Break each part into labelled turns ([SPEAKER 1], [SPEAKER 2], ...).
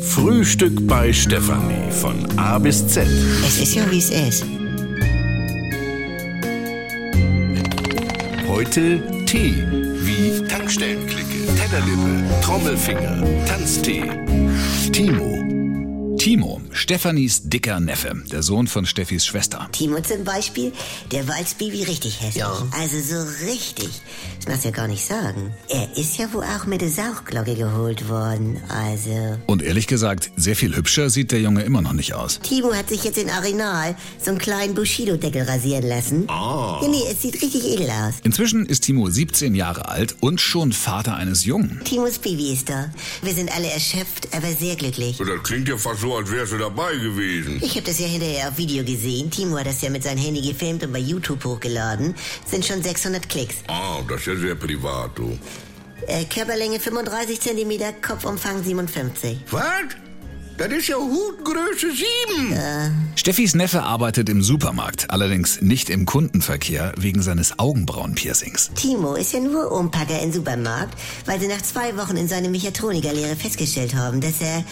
[SPEAKER 1] Frühstück bei Stefanie von A bis Z.
[SPEAKER 2] Es ist ja, wie es ist.
[SPEAKER 1] Heute Tee wie Tankstellenklicke, Tellerlippe, Trommelfinger, Tanztee. Timo,
[SPEAKER 3] Timo, Stefanis dicker Neffe, der Sohn von Steffis Schwester.
[SPEAKER 2] Timo zum Beispiel, der war als Baby richtig hässlich.
[SPEAKER 4] Ja.
[SPEAKER 2] Also so richtig. Das machst du ja gar nicht sagen. Er ist ja wohl auch mit der Sauchglocke geholt worden. Also.
[SPEAKER 3] Und ehrlich gesagt, sehr viel hübscher sieht der Junge immer noch nicht aus.
[SPEAKER 2] Timo hat sich jetzt in Arenal so einen kleinen Bushido-Deckel rasieren lassen.
[SPEAKER 5] Ah.
[SPEAKER 2] Oh. Ja, nee, es sieht richtig edel aus.
[SPEAKER 3] Inzwischen ist Timo 17 Jahre alt und schon Vater eines Jungen.
[SPEAKER 2] Timos Baby ist da. Wir sind alle erschöpft, aber sehr glücklich.
[SPEAKER 5] Das klingt ja fast so, als wärst du dabei gewesen.
[SPEAKER 2] Ich habe das ja hinterher auf Video gesehen. Timo hat das ja mit seinem Handy gefilmt und bei YouTube hochgeladen. Sind schon 600 Klicks.
[SPEAKER 5] Ah, das ist ja sehr privat, du.
[SPEAKER 2] Äh, Körperlänge 35 Zentimeter, Kopfumfang 57.
[SPEAKER 5] Was? Das ist ja Hutgröße 7.
[SPEAKER 3] Steffis Neffe arbeitet im Supermarkt, allerdings nicht im Kundenverkehr wegen seines Augenbrauenpiercings.
[SPEAKER 2] Timo ist ja nur Umpacker im Supermarkt, weil sie nach zwei Wochen in seiner Mechatronikerlehre festgestellt haben, dass er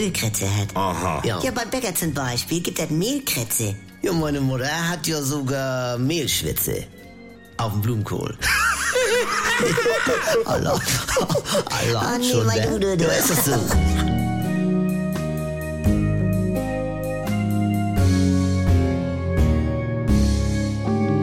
[SPEAKER 2] Ölkretze hat.
[SPEAKER 1] Ah,
[SPEAKER 5] Aha.
[SPEAKER 4] Ja.
[SPEAKER 2] Ja, beim Bäcker zum Beispiel gibt es Mehlkretze.
[SPEAKER 4] ja, meine Mutter hat ja sogar Mehlschwitze. Auf dem Blumenkohl. Allah. Allah.
[SPEAKER 2] Oh, nee,
[SPEAKER 4] schon,
[SPEAKER 2] mein
[SPEAKER 4] ne?
[SPEAKER 2] Udo, du.
[SPEAKER 4] Ja, ist das so.